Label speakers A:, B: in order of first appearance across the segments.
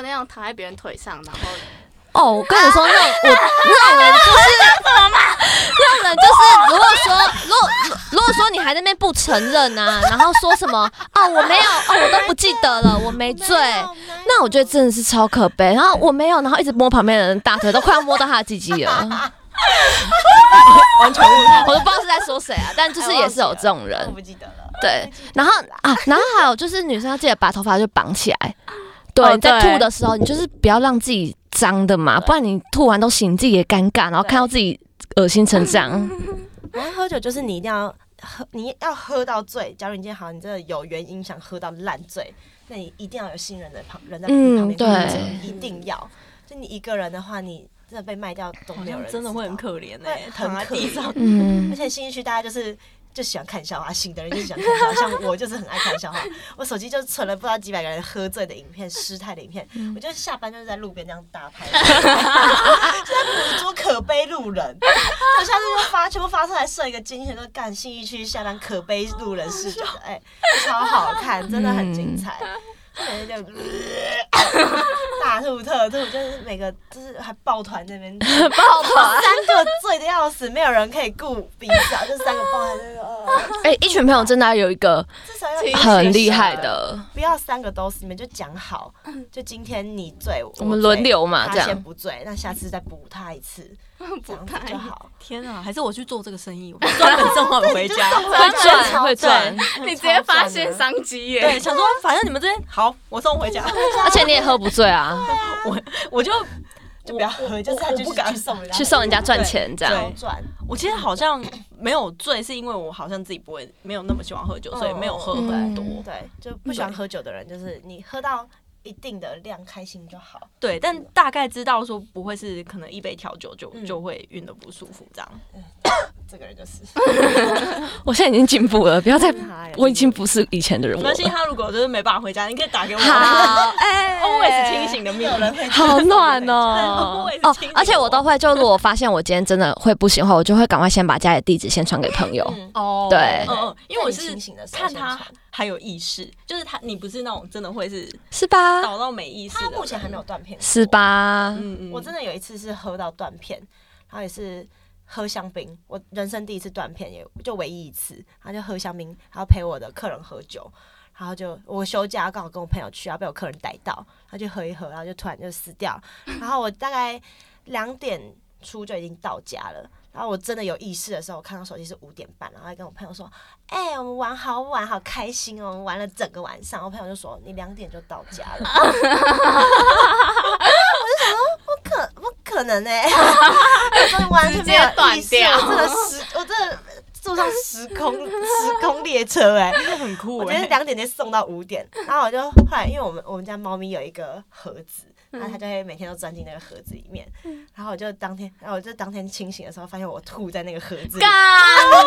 A: 那样躺在别人腿上，然后
B: 哦，我跟你说，那种我那种人就是那种人就是，如果说如果如果说你还在那边不承认啊，然后说什么哦我没有哦我都不记得了，我没醉，那我觉得真的是超可悲。然后我没有，然后一直摸旁边的人大腿，都快要摸到他的鸡鸡了。
C: 完全无
B: 我都不知道是在说谁啊，但就是也是有这种人
D: 我。不记得了。
B: 对，然后啊，然后还有就是女生要记得把头发就绑起来。对，
A: 哦
B: 你在
A: 对
B: 吐的时候，你就是不要让自己脏的嘛，不然你吐完都醒，你自己也尴尬，然后看到自己恶心成这样。
D: 然后喝酒就是你一定要喝，你要喝到醉。假如你今天好，你真的有原因想喝到烂醉，那你一定要有信任的旁人在
B: 嗯
D: 你旁边跟你
B: 对
D: 讲，一定要。就你一个人的话，你真的被卖掉都
C: 好
D: 没有人
C: 像
D: 知道，
C: 真的会很可怜
D: 会
C: 哎，
D: 躺在
C: 很可
D: 地
C: 怜。
D: 上。
B: 嗯
D: 而，且新一区大家就是就喜欢看笑话，醒的人就喜欢看笑话，像我就是很爱看笑话。我手机就存了不知道几百个人喝醉的影片、失态的影片，
B: 嗯
D: 我就下班就是在路边这样大拍，就在捕捉可悲路人。我下次就发全部发出来设一个精神，就干信义区下班可悲路人视觉，哎、超好看，真的很精彩。
B: 嗯
D: 就每天就呃 大吐特吐，就是每个就是还抱团 那边抱团，三个醉的要死，没有人可以顾彼此啊，就三个抱团那个，呃
B: 哎、一群朋友真的要有一个
D: 至少要啊
B: 很厉害，的，
D: 不要三个都是，你们就讲好，就今天你醉，我
B: 我们轮
D: 醉
B: 流嘛，
D: 他
B: 这
D: 先
B: 样。
D: 不醉，那下次再补他一次，这
A: 不
D: 样子
A: 太
D: 就好。
C: 天啊，还是我去做这个生意，我赚本正换回 家。
B: 会赚会
D: 超
B: 赚
D: 赚，
A: 你直接发现商机耶
C: 对，！想说反正你们这边好，我送回 家，
B: 而且你也喝不醉啊，
C: 我就
D: 就不要喝，就是他
C: 我
D: 就是
C: 不敢
D: 去送人家，
B: 去送人家赚钱这样。
D: 超赚。
C: 我其实好像没有醉，是因为我好像自己不会没有那么喜欢喝酒，所以没有喝很多。
B: 嗯
D: 对，就不喜欢喝酒的人，就是你喝到一定的量，开心就好。
C: 对，但大概知道说不会是可能一杯调酒就、
D: 嗯
C: 就会晕的不舒服这样。
D: 这个人就是，
B: 我现在已经进步了，不要再
D: 妈呀，
B: 我已经不是以前的人
C: 没
B: 了
C: 关。系，他如果就是没办法回家，你可以打给 我。
B: 好，
C: 哎，always 清醒的命。
D: 有人会
B: 好暖哦
C: 我也！是
B: 哦
C: 清醒，
B: 而且我都会，就如果发现我今天真的会不行的话，我就会赶快先把家里地址先传给朋友。
D: 嗯
C: 哦
B: 对
C: 嗯嗯，因为我
D: 在你
C: 是
D: 清醒的时候
C: 看
D: 先
C: 他
D: 传
C: 还有意识，就是他你不是那种真的会是
B: 是吧？
C: 倒到没意识的
D: 他
C: 人。
D: 目前还没有断片，
B: 是？吧？
C: 嗯嗯，
D: 我真
C: 的
D: 的有一次是喝到断片，然后也是喝香槟，我人生第一次断片，也就唯一一次，然后就喝香槟，然后陪我的客人喝酒，然后就我休假刚好跟我朋友去，然后被我客人逮到，然后就喝一喝，然后就突然就死掉，然后我大概两点出就已经到家了。然后我真的有意识的时候，我看到手机是五点半，然后还跟我朋友说：“哎、我们玩好晚，好开心哦，我们玩了整个晚上。”我朋友就说：“你两点就到家了。”可不可能呢、欸我真的完全没有意识，我真的时，我真的坐上时空时空列车哎、
C: 很酷
D: 我今
C: 哎、
D: 天两点就送到五点，然后我就后来，因为我们我们家猫咪有一个盒子，然后它就会每天都钻进那个盒子里面，然后我就当天，然后我就当天清醒的时候，发现我吐在那个盒子里，可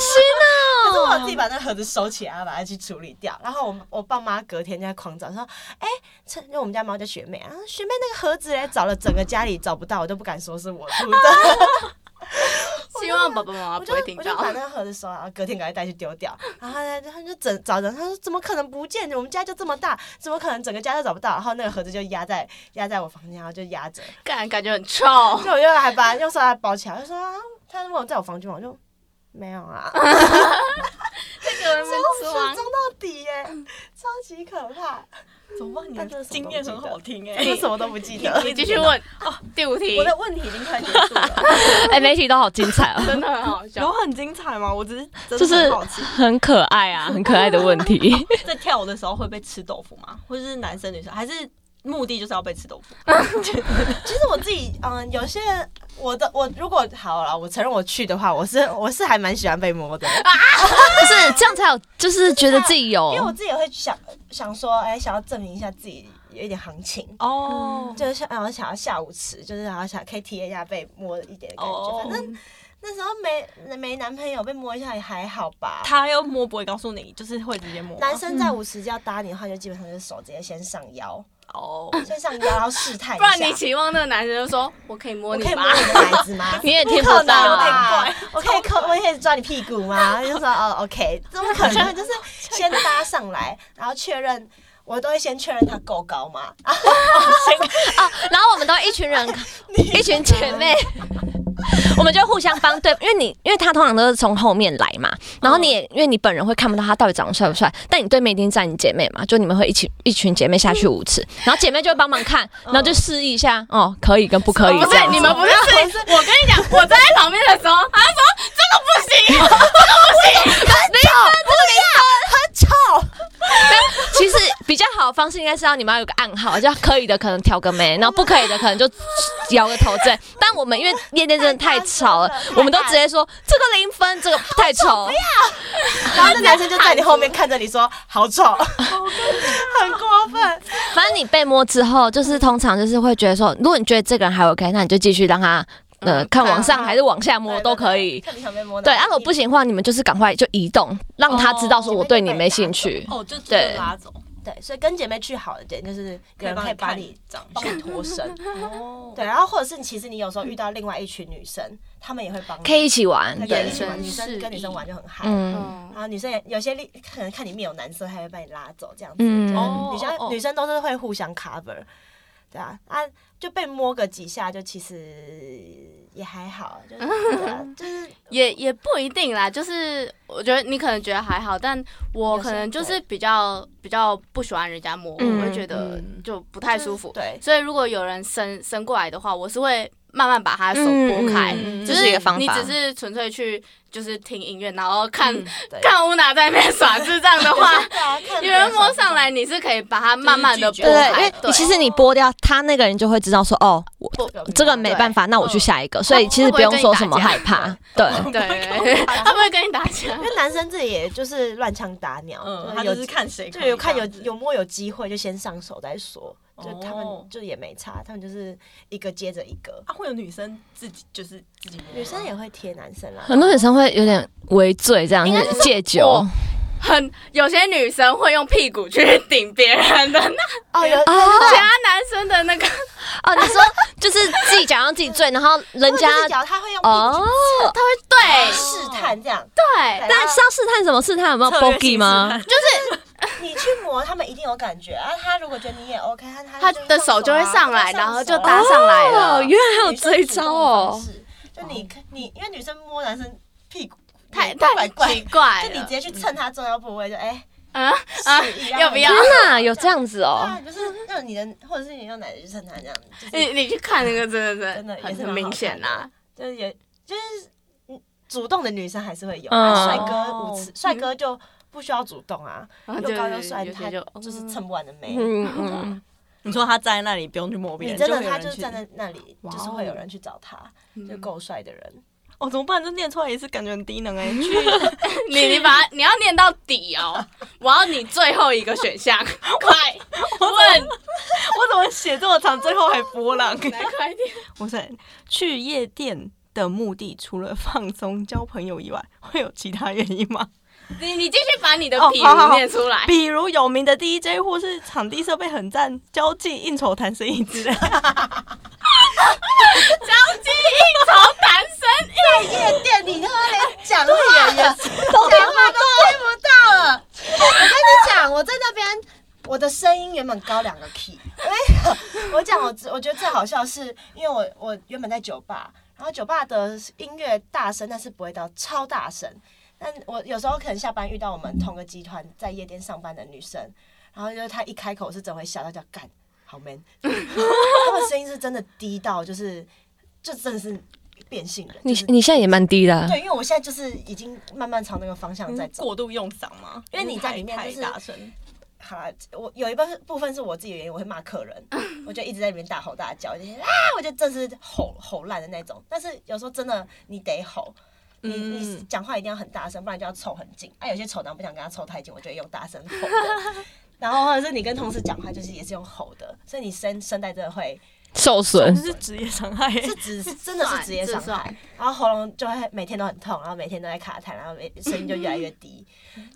D: 是我自己把那个盒子收起来，然后把它去处理掉。然后我我爸妈隔天就在狂找，说：“哎、趁因为我们家猫叫学妹啊，学妹那个盒子嘞，找了整个家里找不到，我都不敢说是我吐的。
A: 希望爸爸妈妈
D: 我
A: 啊不
D: 就
A: 会听
D: 我就把
A: 到
D: 那。个盒子收了，然后隔天赶快带去丢掉。然后他就他就整找人，他说怎么可能不见？我们家就这么大，怎么可能整个家都找不到？然后那个盒子就压在压在我房间，然后就压着，
A: 感感觉很臭，
D: 所以我就还把它用塑料袋包起来。他说啊他问我在我房间吗，我就没有啊。
A: 这个人不
D: 我装到底耶、超级可 怕。
C: 怎么办？你
D: 但真
C: 的
D: 的什么
C: 经验很好听哎、
D: 我什么都不记得。
A: 你继续问哦第五题
C: 我，的问题已经快结束 了，
B: 哎，每一题都好精彩哦，
A: 真的很好笑
C: 有。很精彩吗？我只是真
B: 就
C: 的
B: 是
C: 很好奇，
B: 很可爱啊，很可爱的问题。
C: 在跳舞的时候会被吃豆腐吗？或者是男生女生还是？目的就是要被吃豆腐，
D: 其实我自己，嗯，有些人，我的我如果好了，我承认我去的话，我是我是还蛮喜欢被摸 的，
B: 不是这样才有，就是觉得自己有
D: 因为我自己也会想想说，哎、想要证明一下自己有一点行情。
C: 哦，
D: 就是想，然后想要下午吃，就是然后想可以体验一下被摸一点的感觉。
C: 哦
D: 反正那时候没没男朋友，被摸一下也还好吧。
C: 他又摸不会告诉你，就是会直接摸吗
D: 男生在舞池要搭你的话，就基本上就是手直接先上腰，
C: 哦，
B: 嗯
D: 先上腰，然后试探一
A: 不
D: 下。
A: 然你期望那个男生就说：“我可以摸
D: 我
A: 你
D: 可以摸
A: 吗
D: 你的奶子吗？
B: 你也听
D: 不
B: 不
D: 可能
B: 到啊。
D: 吧？ 我可以抠，我可以抓你屁股吗？就说哦，OK，怎么可能？就是先搭上来，然后确认。我都会先确认他够高吗？啊，
B: 哦，然后我们都一群 人，一群姐妹，我们就互相帮对，因为你因为他通常都是从后面来嘛，然后你也、因为你本人会看不到他到底长得帅不帅，但你对面一定站你姐妹嘛，就你们会一起一群姐妹下去舞池，然后姐妹就会帮忙 看，然后就示意一下哦，可以跟不可以
A: 不
B: 这样
A: 是
B: 子。
A: 你们不是，我跟你讲，我站在旁边的时候，他说这个不行，
B: 其实比较好的方式应该是让你们要有个暗号，就可以的可能挑个眉，然后不可以的可能就摇个头之类。但我们因为夜店真的 太吵了，我们都直接说这个零分，这个太丑。
D: 然后那男生就在你后面看着你说好 丑，很过分。
B: 反正你被摸之后，就是通常就是会觉得说，如果你觉得这个人还 OK，那你就继续让他呃看往上还是往下摸
D: 对
B: 都可以。
D: 看你旁边摸哪
B: 对，
D: 里
B: 啊，如果不行的话，你们就是赶快就移动，让他知道说我对你没兴趣。
C: 哦，就直
B: 对
C: 接拉走，
D: 对，所以跟姐妹去好的点就是有人可以把你
C: 长
D: 帮你脱身，
C: 哦，
D: 对，然后或者是其实你有时候遇到另外一群女生，她们也会帮你，
B: 可以一起玩，
D: 那个
B: 对
D: 一，群女
A: 示
D: 生
A: 意
D: 跟女生玩就很嗨，
B: 嗯，
A: 嗯
D: 然，后女生也有些力可能看你面有难色，还会把你拉走这样子，
B: 嗯
D: 女生女生都是会互相 cover，对啊，啊就被摸个几下就其实也还好， 就是对啊就是
A: 也也不一定啦，就是我觉得你可能觉得还好，但我可能就是比较比较不喜欢人家摸，
B: 嗯
A: 我会觉得就不太舒服。
D: 对，
A: 所以如果有人伸伸过来的话，我是会慢慢把他的手拨开，
B: 嗯
A: 就
B: 这是一个方
A: 你
B: 法
A: 只是纯粹去就是听音乐，然后看、
D: 对
A: 看乌娜在那边耍智障的 话，
D: 对啊，看
A: 有人摸上来，你是可以把它慢慢的拨
C: 就是拒
B: 对，
C: 绝
B: 因
A: 开，
B: 为你其实你拨掉他那个人就会知道说哦，我
A: 不
B: 这个没办法，那我去下一个，所以其实不用说什么害怕，对，
A: 对对， 他不会跟你打架
D: 因。为男生自己也就是乱枪打鸟，
C: 嗯，
D: 就
C: 他
D: 有
C: 就是看谁可
D: 就
C: 以
D: 有看有
C: 这样子
D: 有摸有机会就先上手再说，
C: 哦
D: 就他们就也没差，他们就是一个接着一个，
C: 啊，会有女生自己就是自己摸吗
D: 女生也会贴男生啦，
B: 很多女生会有点微醉这样，
A: 应该
B: 就是戒酒
A: 我。很有些女生会用屁股去顶别人的那
D: 哦有
B: 啊
A: 其他男生的那个，他
B: 哦，你说就是自己假装自己醉，然后人 家
D: 就是脚他会用哎
B: 哦，
A: 会对
D: 试探这样，
A: 对，
B: 但是要试探什么？试探有没有
C: 策略性
B: bogey 吗
C: 试？
D: 你去磨他们一定有感觉啊，他如果觉得你也 OK，他
A: 他
D: 他
A: 的手就会上来，然后就搭
D: 啊上
A: 上来了。
B: 哦原来还有这一招哦！，
D: 就你你因为女生摸男生屁股
A: 太
D: 怪
A: 太
D: 怪
A: 奇，怪了，
D: 就你直接去蹭他重要部位就哎
A: 嗯啊
D: 示意，让
A: 要不要
B: 天？哪，有这样子 哦！
D: 啊，就是让你的或者是你用奶的去蹭他这样，就是
A: 你你去看那个真的
D: 真
A: 是
D: 的也
A: 很
D: 是
A: 很明显啊呐，
D: 就是也就是嗯主动的女生还是会有，
B: 嗯
D: 啊帅哥
C: 哦
D: 舞池帅哥就不需要主动啊，
A: 然后
D: 又
A: 就
D: 高又帅，
A: 有
D: 他
A: 些就
D: 就是蹭不完的妹。
B: 嗯嗯，
C: 你说他站在那里不用去摸别
D: 你
C: 人，
D: 真
C: 会
D: 的
C: 有
D: 他
C: 人
D: 就是
C: 去
D: 站在那里，
C: 哇哦
D: 就是会有人去找他，就够帅的人。
C: 哦，怎么办？这念出来也是感觉很低能哎、 去
A: 你你把它你要念到底哦，我要你最后一个选项， 快问，
C: 我怎么写这么长，最后还波 浪？
A: 来快点，
C: 我是去夜店的目的，除了放松、交朋友以外，会有其他原因吗？
A: 你你继续把你的
C: 哦
A: 笔
C: 好好
A: 如
C: 好
A: 念出来。
C: 比如有名的 DJ 或是场地设备很赞，交际应酬、谈生意 之类。
A: 交际应酬谈生意，
D: 夜店你他妈连讲话也讲话都听不到了。我跟你讲，我在那边。我的声音原本高两个 key，没有。我讲我我觉得最好笑是，因为我我原本在酒吧，然后酒吧的音乐大声，但是不会到超大声。但我有时候可能下班遇到我们同个集团在夜店上班的女生，然后就是她一开口是真会笑，她叫干好 man，她们声音是真的低到就是就真的是变性人。
B: 你
D: 就是
B: 你现在也蛮低的啊，
D: 对，因为我现在就是已经慢慢朝那个方向在走。
C: 嗯过度用嗓吗？
D: 因为你在里面
C: 太
D: 就是
C: 大声，
D: 好啦，我有一部分部分是我自己的原因，我会骂客人，
C: 嗯
D: 我就一直在里面大吼大叫，就是啊，我就真是吼吼烂的那种。但是有时候真的你得吼，你你
C: 嗯
D: 讲话一定要很大声，不然就要凑很近。啊，有些丑男不想跟他凑太近，我就会用大声吼 的。然后或者是你跟同事讲话，就是也是用吼的，所以你声声带真的会
B: 受
C: 这
B: 损
C: 是职业伤害、
D: 是职 真的是职业伤
A: 这
D: 害
A: 算，
D: 然后喉咙就会每天都很痛， 然后每天都在卡痰，然后每声音就越来越低。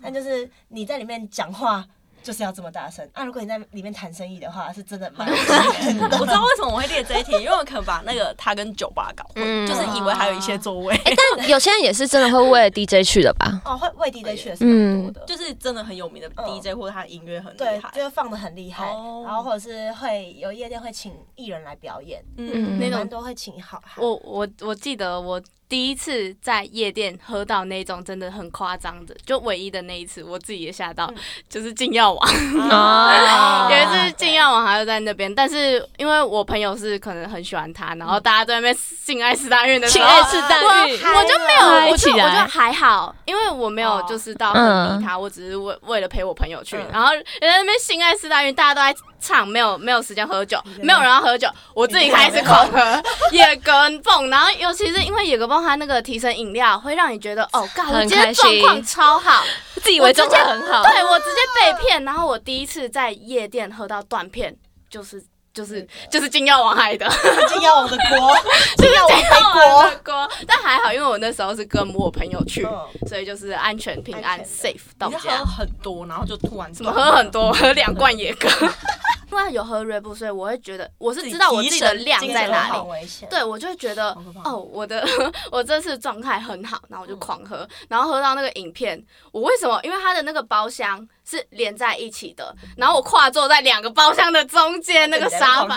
D: 但就是你在里面讲话，就是要这么大声啊！如果你在里面谈生意的话，是真的 蛮
C: 我知道为什么我会列这一题，因为我可能把那个他跟酒吧搞 混，
B: 嗯
C: 就是以为还有一些座位，
B: 但有些人也是真的会为了 DJ 去的吧？
D: 哦，会为 DJ 去的是
A: 嗯
D: 蛮多的，
C: 就是真的很有名的
D: 嗯
C: DJ 或者他的音乐很厉
D: 对，
C: 害，
D: 就是放的很厉害，
C: 哦
D: 然后或者是会有夜店会请艺人来表演，
C: 嗯，
A: 那
D: 蛮
A: 种
D: 多会请好汉。
A: 我我我记得我第一次在夜店喝到那种真的很夸张的，就唯一的那一次，我自己也吓到，就是禁药王。
C: 哦
B: 啊
A: 有一次禁药王还就在那边，但是因为我朋友是可能很喜欢他，然后大家在那边性爱四大运的时
B: 情
A: 候，
B: 嗯爱是大运，
A: 我就没有，我就我
B: 嗨起来嗯
A: 就还好，因为我没有
C: 哦
A: 就是到很迷他，我只是为为了陪我朋友去，然后人家在那边性爱四大运，大家都在唱，没有没有时间喝酒，
B: 嗯
A: 没有人要喝酒，我自己开始狂喝野格泵，然后尤其是因为野格泵它那个提神饮料会让你觉得哦，干，我
B: 很
A: 今天
B: 开
A: 状
B: 心
A: 况超好，
B: 自以为状态很好，
A: 对我直接被骗，然后我第一次在夜店喝到断片，就是就是就是金药王 害的，
D: 金耀王的锅，金耀王背锅。
A: 我哥，但还好，因为我那时候是跟我朋友去，
D: 嗯
A: 所以就是安全平安
D: 安全
A: safe 到
C: 你是
A: 家
C: 喝。很多，然后就突然
A: 怎么喝很多，喝两罐野格， 因为有喝 r e b 所以我会觉得我是知道我自己的量在哪里
D: 很。危险。
A: 对，我就会觉得
C: 可怕
A: 哦，我的 我这次状态很好，然后
D: 嗯
A: 我就狂喝，然后喝到那个影片，我为什么？因为它的那个包厢是连在一起的，然后我跨坐在两个包厢的中间那个沙发，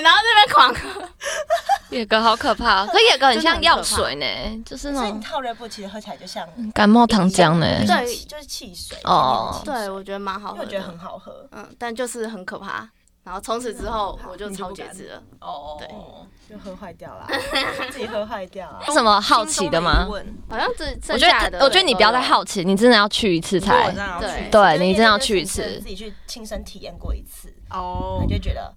A: 对，
D: 那边狂
A: 然后这边狂喝，
B: 野格好可怕，哦可野格很
A: 真
B: 像
A: 的很
B: 药
A: 可怕
B: 水呢，就是
D: 所
B: 那
A: 嗯
D: 以你
B: 种
D: 套热布其实喝起来就像
B: 感冒糖浆呢。
A: 对
D: 就是就是汽水
B: 哦
D: 甜甜的汽
A: 对
D: 水
A: 我觉得蛮好
D: 因
A: 喝的，
D: 为我觉得很好喝，
A: 嗯，但就是很可怕。然后从此之后我就
C: 你就
A: 超
C: 不
A: 节
C: 敢
A: 制了，
C: 哦，
A: 对
D: 就喝坏 掉了，自己喝坏掉啊了。
B: 有什么好奇的吗
C: 心中？疑问
A: 好像只
B: 我
A: 剩
B: 觉
A: 下
B: 得
A: 的，
B: 他，我觉得你不要再好奇，你真的要去一次
C: 如果我
B: 才
C: 真。的要
A: 对
C: 去
B: 对
D: 就是
B: 你真的要去一
D: 夜店
B: 次
D: 就是你自，己去亲身体验过一次，
C: 哦
D: 你就觉得。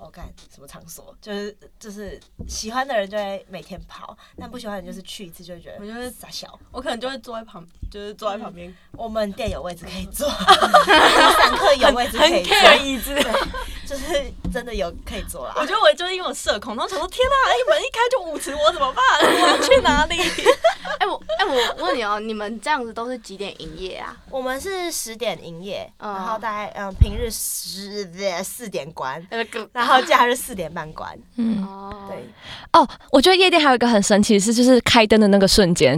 D: 我干、什么场所？就是就是喜欢的人就会每天跑，但不喜欢的人就是去一次就会觉得
C: 我就是
D: 傻笑。
C: 我可能就会坐在旁，就是坐在旁边，
D: 我们店有位置可以坐，散客有位置可以坐，
C: 椅子。
D: 就是真的有可以坐啦。
C: 我觉得我就是因为我社恐，然后想说天哪，一门一开就五十，我怎么办？ 我要去哪里？
A: 哎、我哎、我问你哦，你们这样子都是几点营业啊？
D: 我们是十点营业，
A: 嗯
D: 然后大概嗯平日十四点关，
A: 呃，
D: 然后假日四点半关。
B: 嗯，
A: 哦，
D: 对，
B: 哦，我觉得夜店还有一个很神奇的事，就是开灯的那个瞬间，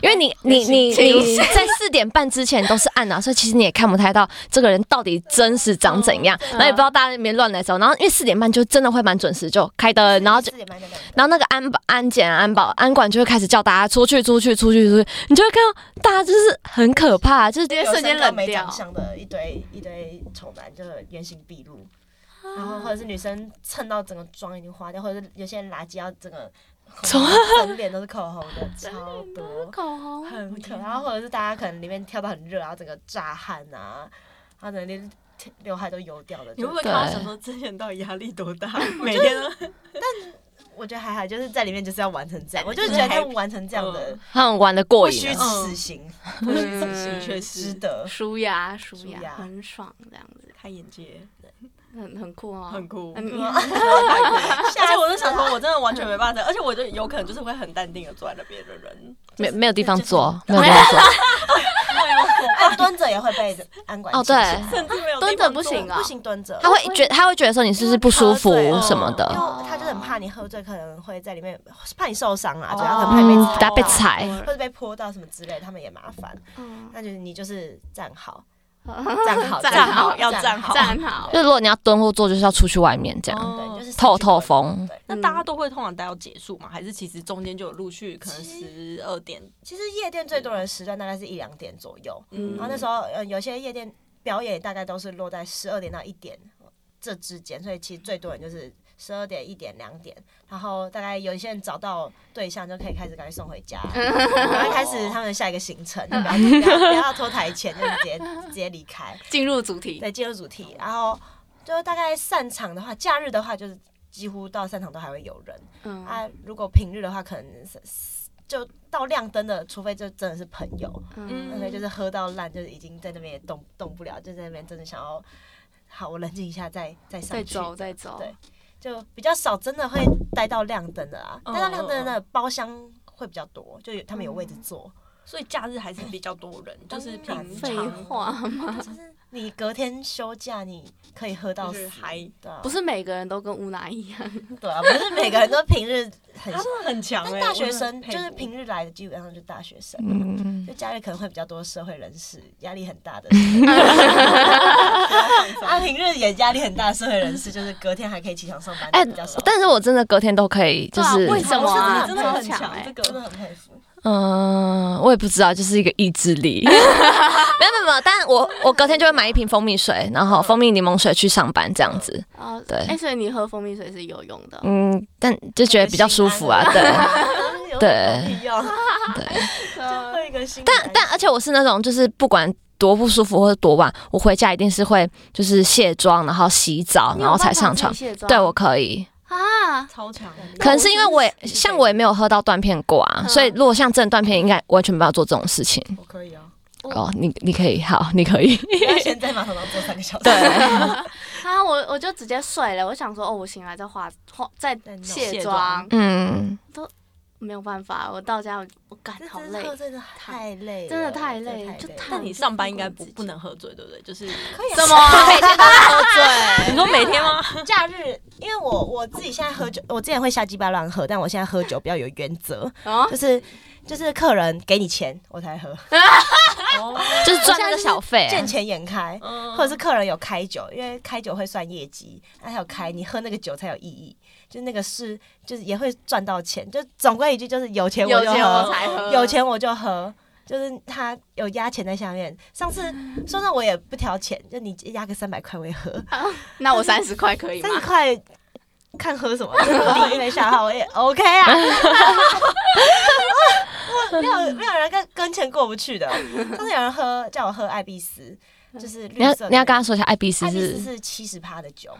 B: 因为你你你
A: 请
B: 你在四点半之前都是暗的、啊所以其实你也看不太到这个人到底真实长怎样，然后也不知道大家在那边乱来走，然后因为四点半就真的会蛮准时就开灯，然后就
D: 四点半就关。
B: 然后那个安保、安检、啊安保、安管就会开始叫大家出去、出去、出去、出去，你就会看到大家就是很可怕，就是
A: 直接瞬间
D: 有身高
A: 冷
D: 没
A: 掉
D: 长。相的一堆一堆丑男，就是原形毕露。然后或者是女生蹭到整个妆已经花掉，或者是有些人垃圾要整个
B: 怎么
D: 整脸都是口红的，超多，
A: 口红，
D: 很可。然后或者是大家可能里面跳到很热，然后整个炸汗啊，然后整个连刘海都油掉的。
C: 你
D: 就
C: 会不会看到想说这些人到底压力多 大？每天都
D: 我觉得还好，就是在里面就是要完成这样，我就是觉得他们完成这样的
B: 他们玩的
D: 不
B: 过瘾
D: 虚
A: 哦
B: 啊。
D: 此行，
C: 不是
A: 嗯
C: 自信，确
D: 值
C: 实
D: 得。
A: 舒压，舒
D: 舒压
A: 压，很爽，这样子，
C: 开眼界，
A: 很很酷哦，
C: 很酷。
A: 嗯，
C: 而且我就想说，我真的完全没办法，而且我就有可能就是会很淡定的坐在那边的 人。
B: 没没有地方坐，
D: 就
B: 没有地方坐。
D: 哎，蹲着也会被安管
B: 哦，
D: 清
B: 对
D: 洗，
C: 甚至没有地方
A: 蹲着不行
C: 坐
A: 啊
D: 不，行蹲着，
B: 他会觉他会觉得说你是不是不 舒服什么
D: 因
B: 的，
A: 啊
D: 为他就是很怕你喝醉，可能会在里面怕你受伤啊，
C: 哦
D: 主要可能怕你
B: 嗯
D: 被，
B: 等下被踩。
D: 或者被泼到什么之类，他们也麻烦。
A: 嗯
D: 那就是你就是站好，
A: 嗯
D: 站好，
A: 站
D: 站
A: 好
D: 好，
C: 要
D: 站
C: 站好
A: 站 好，
B: 就如果你要蹲或坐，就是要出去外面这样
D: 对，就是
B: 透透。风。
D: 对，
C: 那大
A: 嗯
C: 家都会通常待到结束吗？还是其实中间就有陆续可能
D: 其
C: 十二点？
D: 其实夜店最多人的时段大概是一两点左右，
C: 嗯
D: 然后那时候呃有些夜店表演大概都是落在十二点到一点这之间，所以其实最多人就是十二点、一点、两点，然后大概有一些人找到对象就可以开始赶快送回家，然后开始他们的下一个行程，就不要不要不要拖台前，就直接直接离开，
A: 进入主题，
D: 对，进入主题，然后就大概散场的话，假日的话就是几乎到散场都还会有人，
A: 嗯，
D: 啊，如果平日的话，可能是就到亮灯的，除非就真的是朋友，那
A: 嗯，
D: 时候就是喝到烂，就是已经在那边也动动不了，就在那边真的想要，好，我冷静一下再再上
A: 再
D: 去。
A: 走，再走，
D: 对就比较少真的会待到亮灯的啊，
C: 嗯
D: 待到亮灯的那个包厢会比较多，就有他们有位置坐，
C: 所以假日还是比较多人，
D: 嗯
C: 就是平常
A: 废话嘛，
D: 就是你隔天休假，你可以喝到
C: 就是
D: 死，
C: 嗨
D: 对啊
A: 不是每个人都跟乌娜一样。
D: 对啊，不是每个人都平日 很欸
C: 他真的很强哎、
D: 大学生，
C: 我真
D: 就
C: 的
D: 是
C: 很佩服
D: 平日来的基本上就是大学生，
B: 嗯，
D: 就家里可能会比较多社会人士，压力很 大的。啊，平日也压力很大，社会人士就是隔天还可以起床上班，
B: 哎
D: 比较少。，哦
B: 但是我真的隔天都可以，就
A: 对啊
B: 是
A: 为什么啊？
C: 真的很
A: 超
C: 强
A: 欸
C: 这个
D: 真的很佩服。
B: 嗯，我也不知道，就是一个意志 力。没有没有没有，但我我隔天就会买一瓶蜂蜜水，然后蜂蜜柠檬水去上班这样子。
A: 哦，
B: 对
A: 哎、所以你喝蜂蜜水是有用的。
B: 嗯，但就觉得比较舒服啊，对。
D: 对
B: 对
D: 一样，就
A: 呃
D: 会一个心理
B: 但但而且我是那种就是不管多不舒服或者多晚，我回家一定是会就是卸妆，然后洗澡，
A: 你
B: 然
A: 有
B: 后
A: 办法
B: 才
A: 自己
B: 上床。
A: 卸妆
B: 对，我可以，
A: 啊，
C: 超强，
B: 可能是因为我也像我也没有喝到断片过啊，
A: 嗯
B: 所以如果像真的断片，应该完全不要做这种事情。
D: 我可以啊，
B: 哦，你你可以，好，你可以，
D: 要先在马桶上坐三个小时。
B: 对，
A: 啊，我我就直接睡了。我想说，哦，我醒来再化化再
D: 再弄
A: 卸
C: 卸
A: 妆
C: 妆，
B: 嗯，
A: 没有办法，我到家我我感
D: 这
A: 好
D: 真
A: 累
D: 的。真的太累了，
A: 真的太累
D: 真的
A: 就太
C: 但你上班应该不不能喝醉，对不对？就是
D: 可以啊
A: 怎么？啊每天都喝醉？
C: 你说每天吗？
D: 假日，因为我我自己现在喝酒，我之前会瞎鸡巴乱喝，但我现在喝酒比较有原则，
A: 哦，
D: 就是就是客人给你钱我才喝，
C: 哦，
B: 就是赚那个小费、啊
D: 见。钱眼开，
C: 嗯
D: 或者是客人有开酒，因为开酒会算业绩，那还有开你喝那个酒才有意义，就那个是就是也会赚到钱，就总归一句就是有钱我
A: 有
D: 就
A: 钱我
D: 喝，
A: 才喝，
D: 有钱我就喝。就是他有压钱在下面，上次说那我也不挑钱，就你压个三百块我也喝，
A: 那我三十块可以吗
D: 三？十块看喝 什么，就是零元下号我也 OK 啊。我 没有没有人跟跟钱过不去的。上次有人喝叫我喝艾必斯，就是绿
B: 你要
D: 色的。
B: 你要跟他说一下，艾比斯
D: 艾必斯
B: 是
D: 是七十趴的酒，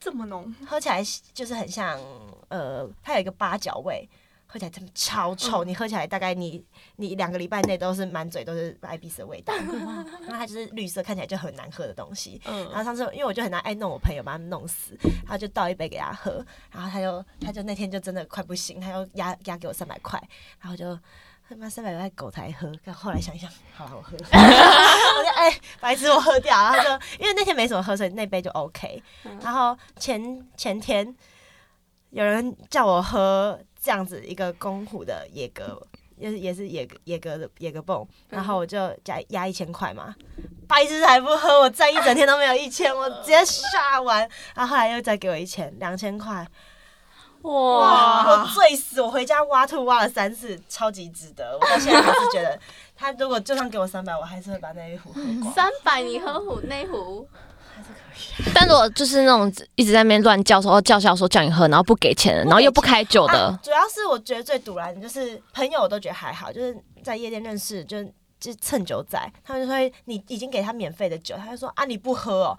C: 这么浓，
D: 喝起来就是很像呃，它有一个八角味。喝起来真的超
B: 嗯
D: 臭，你喝起来大概你你两个礼拜内都是满嘴都是艾必斯的 味道，然后它就是绿色，看起来就很难喝的东西。然后
C: 嗯，
D: 上次因为我就很爱弄我朋友，把他们弄死，然后就倒一杯给他喝，然后他就他就那天就真的快不行，他又压压给我三百块，然后我就。他妈三百块狗才喝，但后来想一想，好了，我喝， 我就哎、白痴，我喝掉。然后就因为那天没什么喝，所以那杯就 OK
A: 嗯。
D: 然后前前天有人叫我喝这样子一个公虎的野格，也是也是野格野格的野格泵，然后我就加压一千块嘛，白痴还不喝，我站一整天都没有一千，我直接刷完，然后后来又再给我一千，两千块，哇，我
A: 哇，
D: 醉死！我回家挖兔挖了三次，超级值得。我到现在还是觉得，他如果就算给我三百，我还是会把那一壶喝 光，
A: 三百你喝壶那壶，
D: 还是可以。
B: 但如果就是那种一直在那边乱叫说哦叫嚣说叫你喝，然后不给钱的，然后又不开酒的
D: 啊，主要是我觉得最堵然的就是朋友，我都觉得还好，就是在夜店认识，就是就蹭酒仔，他们就会你已经给他免费的酒，他就说啊你不喝哦。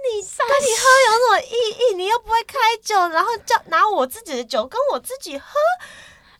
D: 你跟你喝有什么意义？你又不会开酒，然后叫拿我自己的酒跟我自己喝，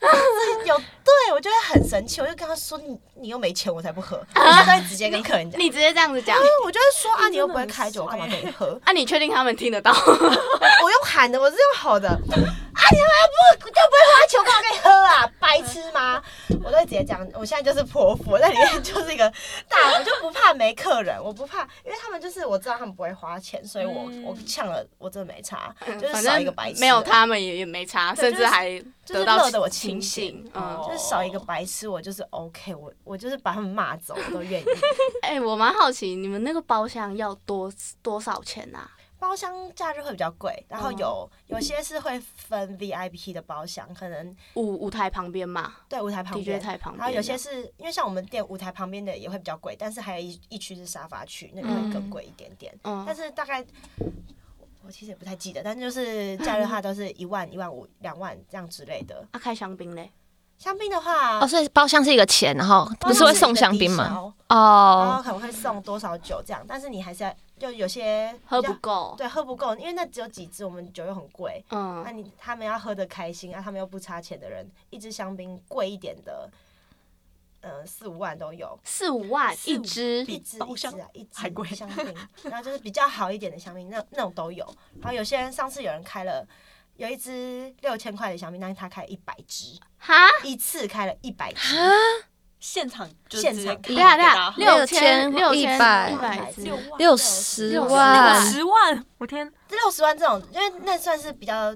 D: 这有对我就会很生气，我就跟他说你你又没钱，我才不喝，他就会直接跟客人讲，
A: 你直接这样子讲
D: 因，为我就会说啊你又不会开酒，我干嘛给你喝？
A: 啊，你确定他们听得到？
D: 我用喊的，我是用吼的。啊，你他妈不就不会花球，干嘛跟你喝啊？白痴吗？我都会直接讲，我现在就是泼妇，我在 里面就是一个大，我就不怕没客人，我不怕，因为他们就是我知道他们不会花钱，所以我、我呛了，我真的没差，就是
A: 嗯反
D: 少
A: 正
D: 一个白痴，
A: 没有，他们也也没差，
D: 对
A: 甚
D: 就是
A: 至还
D: 就是
A: 得到
D: 乐得我
A: 清
D: 清醒。
A: 醒。嗯，
C: 哦
D: 就是少一个白痴，我就是 OK，我我就是把他们骂走，我都愿意。
A: 哎，我蛮好奇你们那个包厢要多多少钱啊？
D: 包厢假日会比较贵，然
A: 嗯
D: 后有有些是会分 VIP 的包厢，可能
A: 舞舞台旁边嘛
D: 对舞台旁
A: ，DJ
D: 边，
A: 台旁边。啊
D: 然后有些是因为像我们店舞台旁边的也会比较贵，但是还有一一区是沙发区，那个会更贵一点点。
B: 哦
A: 嗯
D: 但是大概我其实也不太记得，但就是假日的话都是一万、一万五、两万这样之类的。
A: 啊，开香槟嘞，
D: 香槟的话，
B: 哦，所以包厢是一个钱，然后不是会送香槟吗？
D: 吗？然
B: 哦
D: 后，可能会送多少酒这样，但是你还是要就有些
A: 喝
D: 比较
A: 不够。
D: 对喝不够，因为那只有几支，我们酒又很贵。那、
A: 嗯，
D: 你他们要喝的开心啊，他们又不差钱的人，一支香槟贵一点的，呃，四五万都有。
A: 四五万
C: 四五
A: 一支，
D: 一支
C: 包
D: 一支
C: 厢
D: 啊，一支
C: 还贵
D: 香槟，然后就是比较好一点的香槟，那那种都有。然后有些人上次有人开了。有一支六千块的香槟，但是他开一百支，
A: 哈，
C: 啊
D: 一次开了一百支，
C: 现场就
D: 现
C: 直接
D: 场
C: 开
A: 对啊
C: 给
A: 对啊
C: 大家，
A: 六
B: 千
A: 六
B: 一
A: 千
B: 百
A: 一百
D: 六
A: 只，
D: 万
B: 六十
C: 哇，
B: 万，
C: 十万，我天，
D: 这六十万这种，因为那算是比较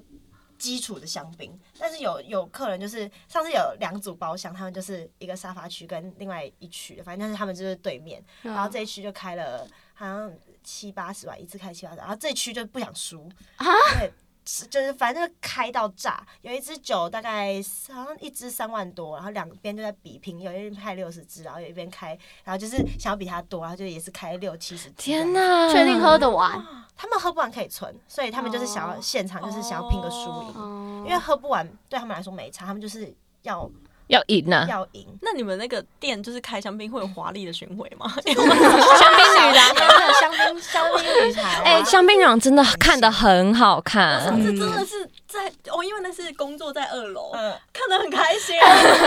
D: 基础的香槟。但是有有客人就是上次有两组包厢，他们就是一个沙发区跟另外一区，反正就是他们就是对面，
A: 嗯
D: 然后这一区就开了好像七八十万，一次开七八十万，然后这一区就不想输，
A: 啊
D: 对。是就是反正就开到炸，有一支酒大概好像一支三万多，然后两边就在比拼，有一边开六十支，然后有一边开，然后就是想要比他多，然后就也是开六七十支这样。
B: 天哪！
A: 嗯确定喝得完。
D: 他们喝不完可以存，所以他们就是想
B: 哦
D: 要现场就是想要拼个输赢，
A: 哦
D: 嗯因为喝不完对他们来说没差，他们就是要
B: 要赢啊呐？
D: 要赢。
C: 那你们那个店就是开香槟会有华丽的巡回 吗？
D: 香槟女郎啊，香槟香 槟女孩啊，
B: 哎，香槟娘真的
D: 嗯
B: 看得很好看，
C: 这真的是在哦，因为那是工作在二楼，
D: 嗯，
C: 看得很开心 啊，拍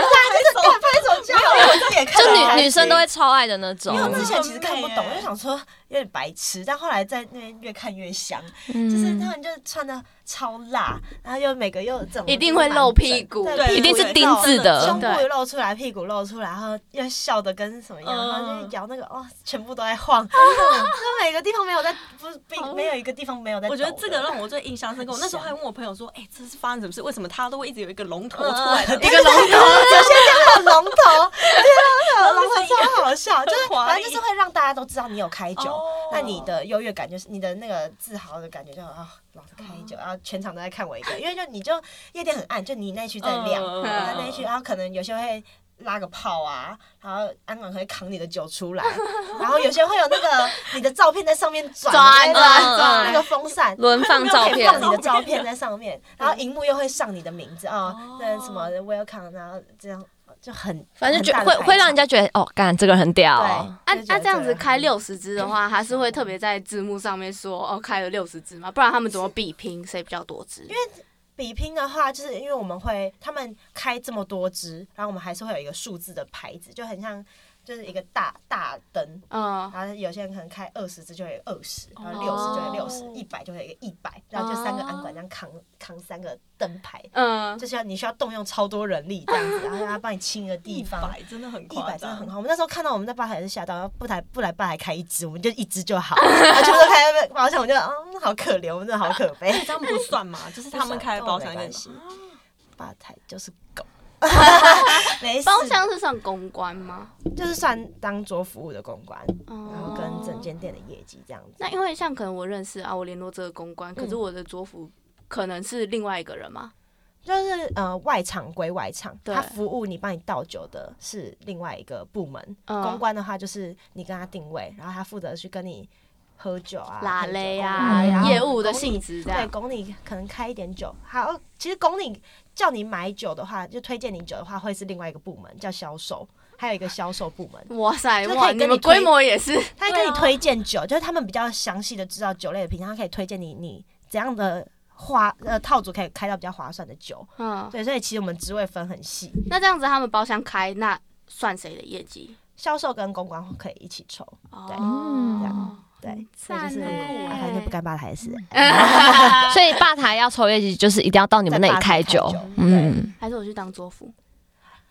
C: 手
D: 拍手叫我这也看得
B: 就
D: 很开
B: 女
D: 心
B: 女生都会。超爱的那种
D: 因为。我之前
C: 很
D: 其实看不
C: 美
D: 懂，
C: 耶
D: 我就想说有点白痴，但后来在那边越看越香，
B: 嗯
D: 就是他们就穿的超辣，然后又每个又整
A: 一定会露屁股
D: 对
B: 一定是钉子的，
D: 胸部
A: 对
D: 也露出来，屁股露出来，然后又笑的跟什么一样，
C: 嗯
D: 然后就摇那个，哦，全部都在 晃，就每个地方没有在，不是
B: 哦
D: 并没有一个地方没有在抖
C: 我
D: 的。
C: 觉得这个让我最印象深刻。我那时候还问我朋友说：“哎、这是发生什么事？为什么他都会一直有一个 龙头出来 的？”哎
D: 一个龙头，有些叫做龙头，对啊，龙头超好笑，就是
C: 华丽
D: 反正就是会让大家都知道你有开酒
C: 哦，
D: 那你的优越感就是你的那个自豪的感觉，就啊，老子开酒，然后全场都在看我一个，因为就你就夜店很暗，就你那一区在亮，
C: 嗯
D: 然后那一区，然后可能有些会。拉个炮啊，然后安管会扛你的酒出 来，然后有些会有那个你的照片在上面转
A: 转
D: 那个
A: 转转
D: 那个风扇，
B: 轮放照
D: 可以
B: 片
D: 放，你的照片在上面，然后荧幕又会上你的名字啊，哦那什么 welcome，然后这样就很
B: 反正就
D: 很大
B: 会
D: 的排场
B: 会让人家觉得哦，干这个人很屌
D: 对，
B: 哦。
A: 啊
D: 就觉
A: 啊，
D: 得
A: 这样子
D: 个
A: 开六十支的话，还是会特别在字幕上面说哦，开了六十支嘛，不然他们怎么比拼谁比较多支？因为
D: 比拼的话，就是因为我们会他们开这么多支，然后我们还是会有一个数字的牌子，就很像就是一个大大灯。
A: 嗯，
D: 然后有些人可能开二十支就会有二十，然后
A: 哦
D: 六十就会六十，一百就会有一个一百，然后就三个安管这样扛扛三个灯牌，
A: 嗯，
D: 就是要你需要动用超多人力这样子，然后他帮你清一个地
C: 一
D: 方，
C: 百真的很
D: 一
C: 夸
D: 百
C: 张，
D: 真的很好，我们那时候看到我们在吧台也是吓到，然后不来不来吧台开一支，我们就一支就好， 然后全部都开包厢，我就嗯好可怜，我们真的好可悲。
C: 这样不算嘛？就是他们开的包
D: 跟
C: 厢
D: 我
C: 跟
D: 没关系，吧台就是狗， 没事，
A: 包厢是算公关吗？
D: 就是算当桌服务的公关，然后
A: 哦，
D: 跟整间店的业绩这样子。
A: 那因为像可能我认识啊，我联络这个公关，
D: 嗯
A: 可是我的桌服可能是另外一个人嘛，
D: 就是呃外场归外场，
A: 对
D: 他服务你帮你倒酒的是另外一个部门，
A: 嗯
D: 公关的话就是你跟他定位，然后他负责去跟你喝酒啊、
A: 拉
D: 配酒
A: 嘞
D: 公
A: 啊
D: 关然，后
A: 业务的
D: 公
A: 性质这
D: 对，
A: 样。
D: 拱你可能开一点酒，好，其实拱你叫你买酒的话，就推荐你酒的话，会是另外一个部门叫销售，还有一个销售部门，
A: 哇塞，
D: 就是
A: 哇，
D: 可以跟
A: 你们
D: 你推
A: 规模也 是
D: 他会跟你推荐酒，就是他们比较详细的知道酒类的品相，他可以推荐你你怎样的花呃套组可以开到比较划算的酒。
A: 嗯，
D: 对，所以其实我们职位分很细，
A: 那这样子他们包厢开，那算谁的业绩？
D: 销售跟公关可以一起抽，对嗯
A: 哦
D: 这样，对，所以
A: 赞
D: 就是
A: 欸
D: 啊反正就不干爸台事，
B: 所以吧台要抽业绩，就是一定要到你们那里开酒
D: 在吧台开酒。
B: 嗯，
A: 还是我去当桌服？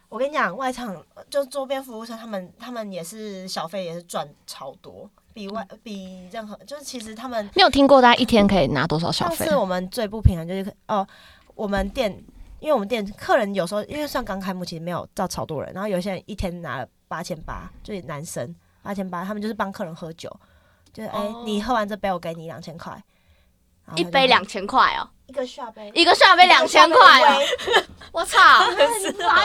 D: 我跟你讲，外场就周边服务生，他们他们也是小费也是赚超多，比外比任何就是其实他们
B: 你有听过大家一天可以拿多少小
D: 上
B: 费？
D: 次我们最不平衡就是哦，我们店因为我们店客人有时候因为算刚开幕，其实没有到超多人，然后有些人一天拿了八千八，就是男生八千八，他们就是帮客人喝酒，就是哎、
C: 哦
D: 你喝完这杯我给你两千块，然后
A: 一
D: 他就
A: 杯两千块哦，
D: 一个下杯。
A: 一个下杯两千块哦，我 操！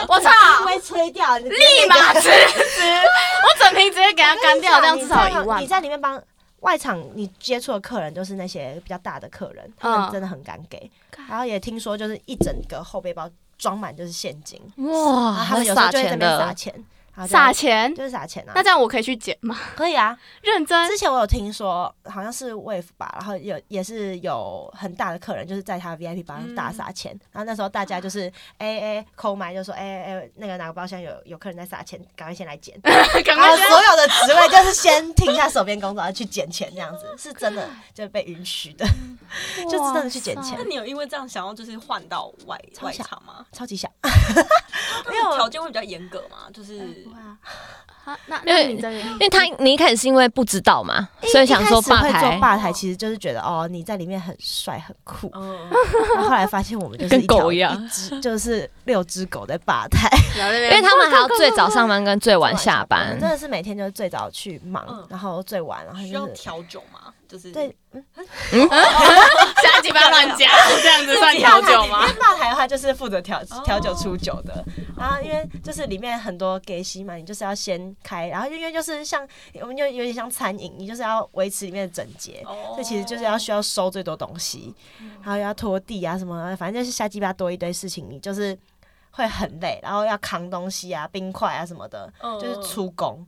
A: 我操！
D: 被吹掉，立
A: 立 马辞职，我整瓶直接给他干掉，这样至少一万
D: 你。在里面帮外场，你接触的客人就是那些比较大的客人，
A: 嗯
D: 他们真的很敢给。然后也听说，就是一整个后背包装满就是现金，
A: 哦
D: 然
B: 哇，
D: 后他们有时候
B: 撒
D: 就会在那
B: 钱哦的，
D: 边撒钱，然后就
A: 撒钱？
D: 就是撒钱啊。
A: 那这样我可以去捡吗？
D: 可以啊。
A: 认真
D: 之前我有听说，好像是 Wave 吧，然后有也是有很大的客人，就是在他 VIP 包厢大撒
A: 嗯
D: 钱，然后那时候大家就是哎哎抠买，就说哎哎哎那个哪个包厢有有客人在撒钱，赶快先来捡。
A: 赶
D: 然
A: 快
D: 后
A: 去
D: 啊
A: 啊
D: 所有的职位就是先停下手边工作，然后去捡钱，这样子是真的就被允许的，就真的去捡钱
C: 那，你有因为这样想要就是换到外
D: 超
C: 外
D: 想
C: 场吗？
D: 超级想。
B: 哎
C: 没有条件会比较严格嘛，就是
A: 好那那你这里
B: 因为他你一开始是因为不知道嘛，所以想说
D: 一开
B: 吧
D: 始会
B: 台
D: 做吧台，其实就是觉得哦，你在里面很帅很酷。
C: 嗯，
D: 然后后来发现我们就是
B: 跟
D: 条
B: 狗一样，
D: 一只 就是六只狗在吧台，
A: 然后那
B: 因
A: 边
B: 为他们还要最早上班跟最晚下
D: 我
B: 班
D: 们，真的是每天就是最早去忙
C: 嗯，
D: 然后最晚，然后
C: 需要
D: 就是
C: 调酒嘛，就是
D: 对
A: 下一集不要乱 讲，这样子 算调酒吗？
D: 吧台的话就是负责调
C: 哦
D: 调酒出酒的，然后因为就是里面很多 gay 西嘛，你就是要先开，然后因为就是像我们就有点像餐饮，你就是要维持里面的整洁，
C: 哦嗯
D: 这其实就是要需要收最多东西，然后要拖地啊什么，反正就是瞎鸡巴多一堆事情，你就是会很累，然后要扛东西啊、冰块啊什么的，
C: 嗯
D: 就是出工。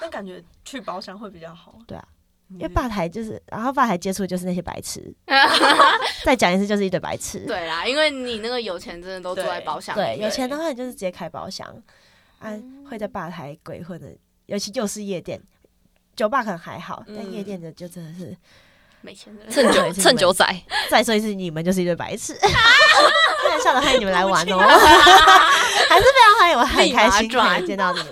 C: 那感觉去包厢会比较好，
D: 对啊，
C: 嗯
D: 因为吧台就是，然后吧台接触就是那些白痴，再讲一次就是一堆白痴。
A: 对啦，因为你那个有钱真的都住在包厢里
D: 对，
A: 面，
D: 有钱的话你就是直接开包厢，啊，会在吧台鬼混的，尤其又是夜店。酒吧可能还好，但
C: 嗯
D: 夜店的就真的是，
A: 没钱的人
B: 趁
D: 对
B: 酒趁酒仔，
D: 再说一次，你们就是一对白痴。开玩笑的，欢迎你们来玩哦，还是非常欢迎，我很开心
A: 立马转
D: 可以见到你们。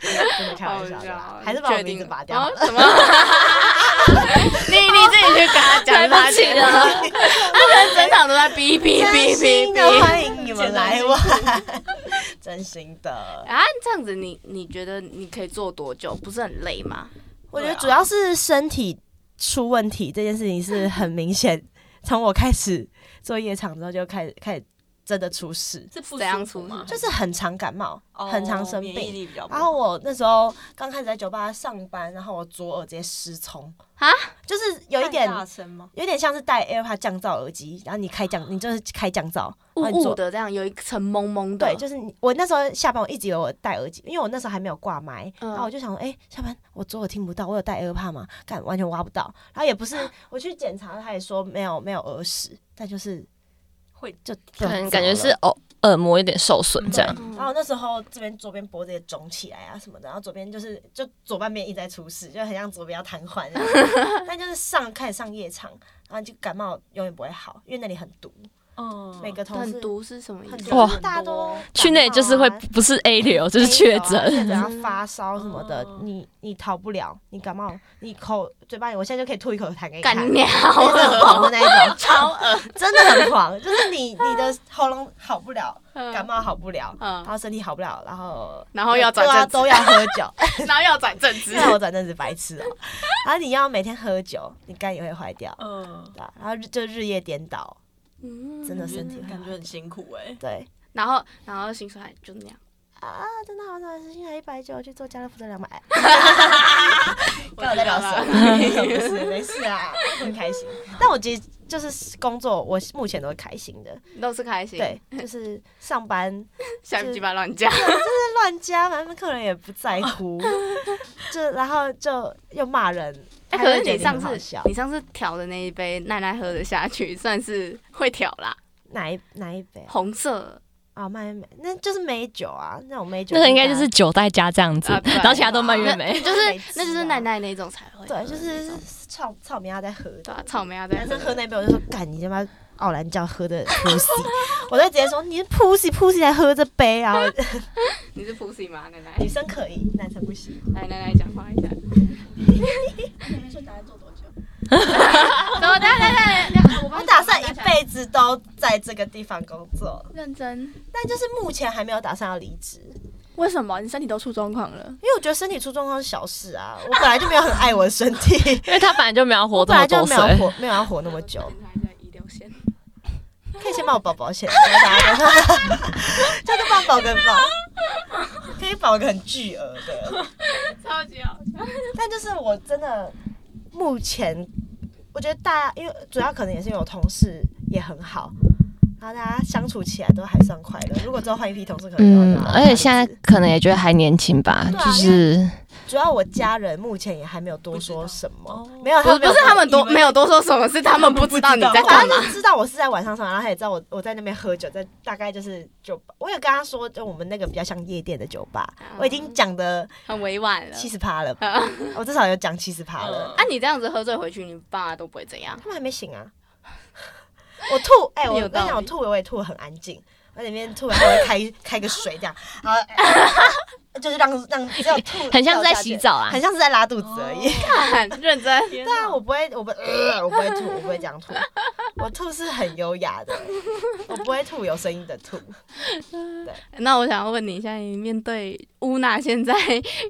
D: 真的开玩笑的啦，还是把我名字拔掉好
A: 哦
D: 了。
A: 什么？你你自己去跟他讲，他
B: 对
A: 觉
B: 不
A: 得
B: 起
A: 他可能整场都在哔哔
D: 真
A: 哔哔
D: 心的
A: 哔。
D: 欢迎你们来玩，真心的。
A: 啊，这样子你你觉得你可以做多久？不是很累吗？
D: 我觉
C: 啊
D: 得主要是身体出问题这件事情是很明显，从我开始做夜场之后就开始开始真的出事，
C: 是不
A: 怎样
C: 舒服
A: 出
C: 嘛，
D: 就是很常感冒，
C: 嗯哦
D: 很常生
C: 免疫
D: 病。
C: 力比较不
D: 然
C: 好
D: 后我那时候刚开始在酒吧上班，然后我左耳直接失聪
A: 啊，
D: 就是有一点
C: 太大声吗？
D: 有点像是戴 AirPod 降噪耳机，然后你开降，你就是开降噪，
A: 雾
D: 然哦后你
A: 雾
D: 左
A: 的这样，有一层蒙蒙的。
D: 对，
B: 嗯
D: 就是你我那时候下班，我一直以为我戴耳机，因为我那时候还没有挂麦，
A: 嗯
D: 然后我就想说，哎、下班我左耳听不到，我有戴 AirPod 吗？干，完全挖不到。然后也不是
B: 啊
D: 我去检查，他也说没有没有耳屎，但就是
C: 会
D: 就
B: 可能
D: 就
B: 感觉
D: 走
B: 是嗯
D: 了
B: 耳耳膜有点受损这样。
A: 嗯
D: 然后那时候这边左边脖子也肿起来啊什么的，然后左边就是就左半边一直在出事，就很像左边要瘫痪 这样。但就是上开始上夜场，然后就感冒永远不会好，因为那里很毒，
C: 嗯
D: 每个同
A: 很
D: 事
A: 毒是什么意
D: 很
A: 思？嗯
D: 毒
B: 哇，
D: 大家都
B: 去那就是会
D: 感冒啊
B: 不是 A 流就是确
D: 确
B: 诊，
D: 诊啊发烧什么的
A: 哦
C: 嗯，
D: 你你逃不了，你感冒，你口嘴巴里，我现在就可以吐一口痰给你看，
A: 干鸟
D: 真的很狂
A: 了，
D: 的那一种，
A: 超恶。
D: 真的很狂，就是你你的喉咙好不了，感
A: 嗯
D: 冒好不了，
A: 嗯
D: 然后身体好不了，然后
A: 然后要转
D: 对啊
A: 正职
D: 都要喝酒，
A: 然后要转正职
D: 因，为我转正是白痴哦，然后你要每天喝酒，你肝也会坏掉，
C: 嗯，
D: 对啊，然后日就日夜颠倒，真的身体会
C: 感觉很辛苦哎，
D: 对。
A: 嗯然后然后薪水还就那样。
D: 啊，真的好暖心，还一百九去做家乐福的两百，
A: 我
D: 刚好在聊什 么？不是，没事啊，很开心。但我其实就是工作，我目前都是开心的。
A: 都是开心。
D: 对，就是上班
A: 下一集吧乱讲。
D: 乱加，反正客人也不在 乎，就然后就又骂人。
A: 哎、
D: 还
A: 可
D: 会
A: 是
D: 觉得
A: 你上
D: 很好
A: 次
D: 笑
A: 你上次调的那一杯奈奈喝得下去， 算是会调啦，
D: 哪一哪一杯啊
A: 红色。
D: 啊？蔓越莓，那就是美酒啊，那种美酒。
B: 那个应该就是酒代加这样 子
A: 啊，对
B: 然后其他都蔓越
A: 那
B: 莓。，
A: 就是
D: 莓汁啊
A: 那就是奈奈那种才会喝
D: 对，
A: 的那
D: 就
A: 种。
D: 是草草莓要在喝
A: 对
D: 的
A: 啊，。草莓啊，在
D: 男
A: 喝
D: 生喝那杯，我就说干你他妈奥兰教喝的 pussy，我 就直接说你是 pussy pussy 来喝这杯啊！，
A: 你是 pussy 吗？奈奈
D: 女生可以，男生不行。
A: 来奈奈讲话一下。 你们说打算做多久？等我等一下等一下等一下，我帮
D: 我
A: 你
D: 打算一
A: 下
D: 辈子都在这个地方工作，
A: 认真。
D: 但就是目前还没有打算要离职，
A: 为什么你身体都出状况了？
D: 因为我觉得身体出状况是小事啊，我本来就没有很爱我的身体
B: 因为他本来就没有活
D: 我
B: 这
D: 本来
B: 么
D: 就
B: 多
D: 没
B: 岁，
D: 有活，没有要活那么久，
A: 还在一六线。
D: 可以先帮我保保险， 帮大家就是帮我保个保，可以保个很巨额的。
A: 超级好笑。
D: 但就是我真的目前，我觉得大家因为主要可能也是因为我同事也很好，然后大家相处起来都还算快乐。如果之后换一批同事，可
B: 嗯
D: 能就要，
B: 而且现在可能也觉得还年轻吧，
D: 对啊
B: 就是
D: 主要我家人目前也还没有多说什么
C: 不知道，哦
D: 没有，
A: 不是不是他们多
D: 以为
A: 没有多说什么，是他们不知道你在
D: 他
A: 干嘛。
D: 就知道我是在晚上上班，然后他也知道我我在那边喝酒，在大概就是酒吧。我有跟他说，就我们那个比较像夜店的酒吧，我已经讲的
A: 很委婉了。
D: 七十趴了，
A: 啊，
D: 我至少有讲七十趴了。
A: 啊你这样子喝醉回去，你爸妈都不会怎样。
D: 他们还没醒啊！ 我吐，哎、我
A: 有
D: 我
A: 道
D: 跟
A: 理
D: 你讲，我吐我也吐得很安静，我里面吐完还会开开个水这样，然后、 就是让让只有吐，
B: 很像是在洗澡啊
D: 很像是在拉肚子而
C: 哦
D: 已。
A: 看，认真。
C: 对
D: 对啊，我不会，我不，呃、我不会吐，我不会这样吐。 我吐是很优雅的，我不会吐有声音的 吐。
A: 那我想要问你一下，你面对乌娜现在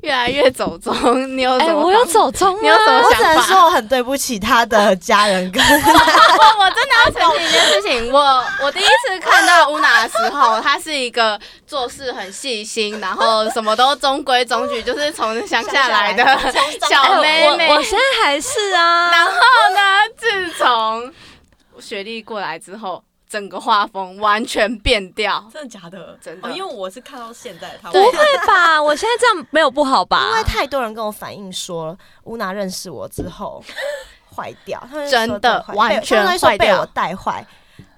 A: 越来越走中，你有什
B: 哎，
A: 么？
B: 我有，走中
A: 你有
B: 啊，
A: 什么
D: 我只能
A: 想法？
D: 说我很对不起他的家人 跟
A: 我我真的要澄清一件事情，我 我第一次看到乌娜的时候，她是一个做事很细心，然后什么都中规中矩，就是从乡下来 的小妹妹
B: 哎我。我现在还是 啊，
A: 然后呢，自从雪莉过来之后，整个画风完全变掉。
C: 真的假的？
A: 真的
C: 哦，因为我是看到现在的他，
B: 不会吧？我现在这样没有不好吧
D: 因？为太多人跟我反映说，乌娜认识我之后坏掉，他们就说
A: 真的
D: 被
A: 完全
D: 他们说
A: 坏掉
D: 被我带坏。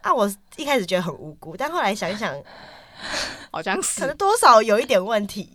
D: 啊，我一开始觉得很无辜，但后来想一想，
A: 好像
D: 可能
A: 是，
D: 多少有一点问题，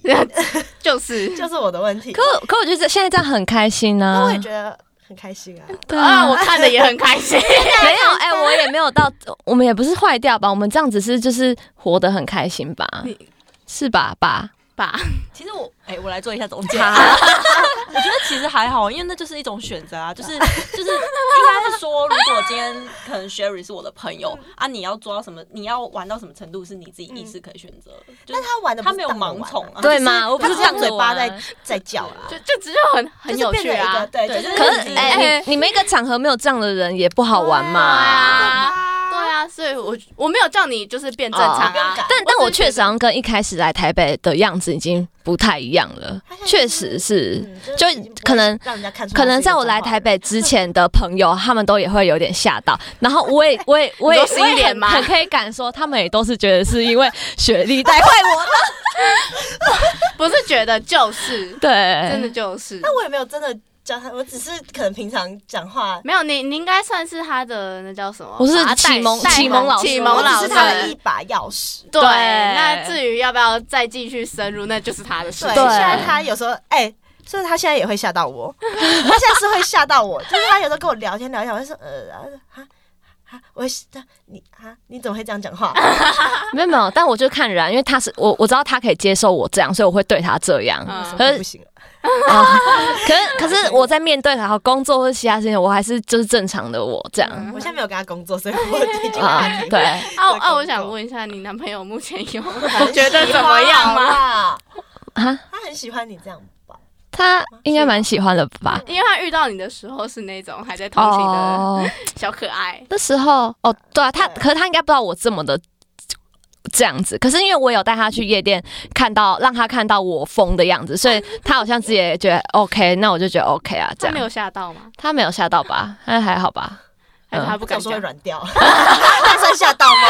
A: 就是
D: 就是我的问题。
B: 可我可我觉得这现在这样很开心
D: 但
B: 啊
D: 我也，觉得很开心啊，
B: 对
A: 啊，我看的也很开 心。
B: 没有哎，我也没有到，我们也不是坏掉吧？我们这样只是就是活得很开心吧
A: 你？
B: 是吧？吧？
A: 吧，
C: 其实我，哎、我来做一下总结。我觉得其实还好，因为那就是一种选择啊，就是就是应该是说，如果今天可能 Sherry 是我的朋友
D: 嗯
C: 啊，你要做到什么，你要玩到什么程度是你自己意识可以选择，就
D: 但
C: 是
D: 他玩的
C: 他没有盲从啊，
B: 对吗？我不
D: 不
B: 是
D: 是
B: 这样
D: 当
B: 子
D: 嘴巴
B: 玩
D: 在在叫啊啦，
A: 就就只是很很有趣啊，
D: 就是变成一个对就是
B: 可
C: 自
B: 是，
C: 己
B: 哎、你你们一个场合没有这样的人也不好玩嘛。
A: 啊，对啊，所以我我没有叫你就是变正常
D: 不用
A: 啊
D: 改，
B: 但但我确实好像跟一开始来台北的样子已经不太一样了
D: 他现在，就是
B: 确实是，
D: 嗯
B: 就
D: 已经不会
B: 可能
D: 让人家看出他
B: 可
D: 是一个
B: 能在我来
D: 脏话
B: 台
D: 人
B: 北之前的朋友，他们都也会有点吓到，然后我也我也我也
A: 你说
B: 我
A: 新
B: 也
A: 脸
B: 很
A: 吗
B: 很可以感说，他们也都是觉得是因为学历带坏 我，
A: 不是觉得就是真的
B: 对，
A: 就是，
D: 但我也没有真的教他，我只是可能平常讲话
A: 没有你你应该算是他的那叫什么？
B: 我是
A: 把他带
B: 启蒙
A: 带
B: 启蒙老师
A: 启
B: 我
A: 蒙
B: 只
A: 老
D: 是
A: 师
D: 他的一。把钥匙。
A: 对，
B: 对
A: 那至于要不要再继续深入，那就是他的事
D: 对，
A: 情。
B: 对
D: 现在他有时候，哎、所以他现在也会吓到我，他现在是会吓到我，就是他有时候跟我聊天聊一下，我就说，呃，啊哈。哈，我会吓你啊，你怎么会这样讲话？
A: 啊
B: 没有没有，但我就看人啊，因为他是我我知道他可以接受我这样，所以我会对他这样。
A: 嗯
B: 可
D: 不
B: 是
D: 行了，
B: 啊，可是可是我在面对然后工作或其他事情，我还是就是正常的我这
A: 嗯
B: 样
D: 我现在没有跟他工作，所以我已经
B: 啊，对。
A: 啊
D: 在工
A: 啊！
D: 作
A: 我想问一下，你男朋友目前有
D: 很
A: 觉得怎么样
D: 喜欢
A: 吗？
D: 啦？
B: 啊，
D: 他很喜欢你这样吧？
B: 他应该蛮喜欢的吧？
A: 因为他遇到你的时候是那种还在通勤
B: 哦
A: 的，小可爱，
B: 那时候哦，对啊，他
D: 对
B: 可是他应该不知道我这么的这样子，可是因为我有带他去夜店，看到让他看到我疯的样子，所以他好像自己也觉得 OK，那我就觉得 OK 啊，这
A: 他没
B: 样
A: 有吓到吗？
B: 他没有吓到吧？那还好吧？
A: 还
B: 嗯
A: 是他不
D: 不
A: 敢
D: 敢说
A: 讲
D: 会？软掉， 他算吓到吗？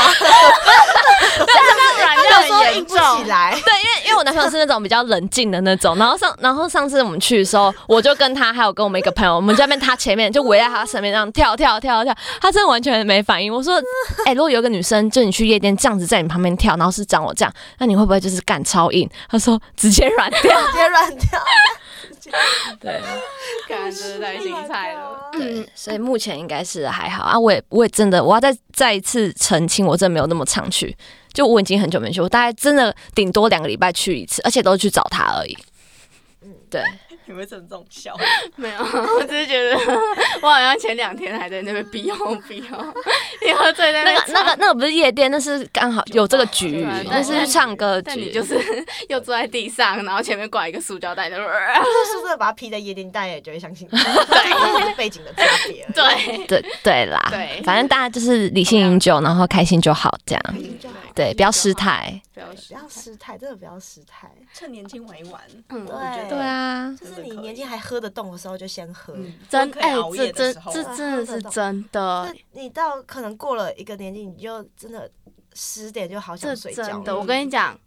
A: 他软掉
D: 有时候
A: 很
D: 硬
A: 严
D: 不起
A: 重，
D: 来，
B: 对，因为因为我男朋友是那种比较冷静的那种，然后上然后上次我们去的时候，我就跟他还有跟我们一个朋友，我们在那边他前面就围在他身边这样跳跳跳跳，他真的完全没反应。我说，哎、如果有一个女生就你去夜店这样子在你旁边跳，然后是长我这样，那你会不会就是干超硬？他说直接软掉。
D: 直接软掉。
B: 对
A: 感觉 真的太精彩了。
B: 对，嗯所以目前应该是还好啊。我也我也真的我要再再一次澄清，我真的没有那么常去。就我已经很久没去，我大概真的顶多两个礼拜去一次，而且都是去找他而已。对，
C: 你会这种笑。
A: 没有，我只是觉得我好像前两天还在那边逼吼逼吼，哦你喝醉在
B: 那
A: 边
B: 个、那个、那个不是夜店，那是刚好有这个局
A: 对，
B: 那是去唱歌
A: 但你
B: 局
A: 就。是又坐在地上，然后前面挂一个塑胶袋，就是
D: 就是真的 把他披在夜店，大家也就会相信， 对背景的差别而
A: 对
D: 已。
B: 对对啦，
A: 对
B: 反正大家就是理性饮酒，然后开心就好，这样
D: 就好
B: 对，不要失，态。
A: 不要失
D: 不要失态，真的不要失态。
C: 趁年轻玩一玩，
A: 嗯
C: 我觉得
D: 对
B: 啊，
D: 就是你年纪还喝得动的时候就先喝，
C: 嗯，
A: 真
C: 可以
A: 哎，
C: 熬
A: 这
C: 夜的
A: 真
C: 时候
A: 这
C: 啊
A: 真的是真
D: 那
A: 的，
D: 你到可能过了一个年纪，你就真的十点就好
A: 这
D: 想睡觉了。
A: 真的，我跟你讲，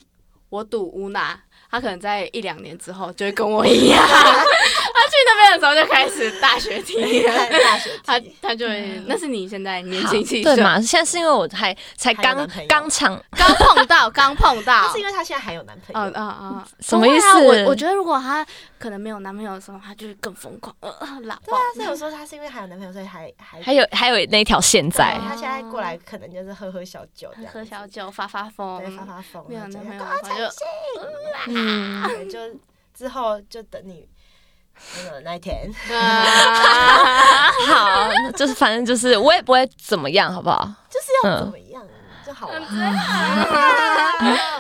A: 我赌乌娜，她可能在一两年之后就会跟我一样， 她去那边的时候就开始大学踢了，
D: 在大学
A: 她
D: 体
A: 她就
D: 嗯
A: 会，那是你现在年轻气
B: 对
A: 盛，
B: 嘛？现在是因为我还才
D: 还有
B: 刚
D: 男朋友
B: 刚场，
A: 刚碰到，刚碰到
D: 那是。因为她现在还有男朋
A: 哦
D: 友。
A: 哦哦，
B: 嗯什么意思
A: 不会啊我我觉得如果她可能没有男朋友的时候，她就会更疯狂，呃，拉
D: 对
A: 爆
D: 啊，。所以我说她是因为还有男朋友，所以还还
B: 还有还有那条线在
D: 对。她现在过来可能就是喝喝小酒这
A: 嗯
D: 样，
A: 喝小，酒发发疯，
D: 对，发发疯，
A: 哦嗯没有男朋友
D: 然后
A: 的
D: 这
A: 话
D: 样
A: 就
B: 嗯，
D: 对就之后就等你那个那一天，
A: 啊，
B: 好，那就是反正就是我也不会怎么样，好不好？
D: 就是要怎么样就好
A: 嗯
D: 玩。
B: 哦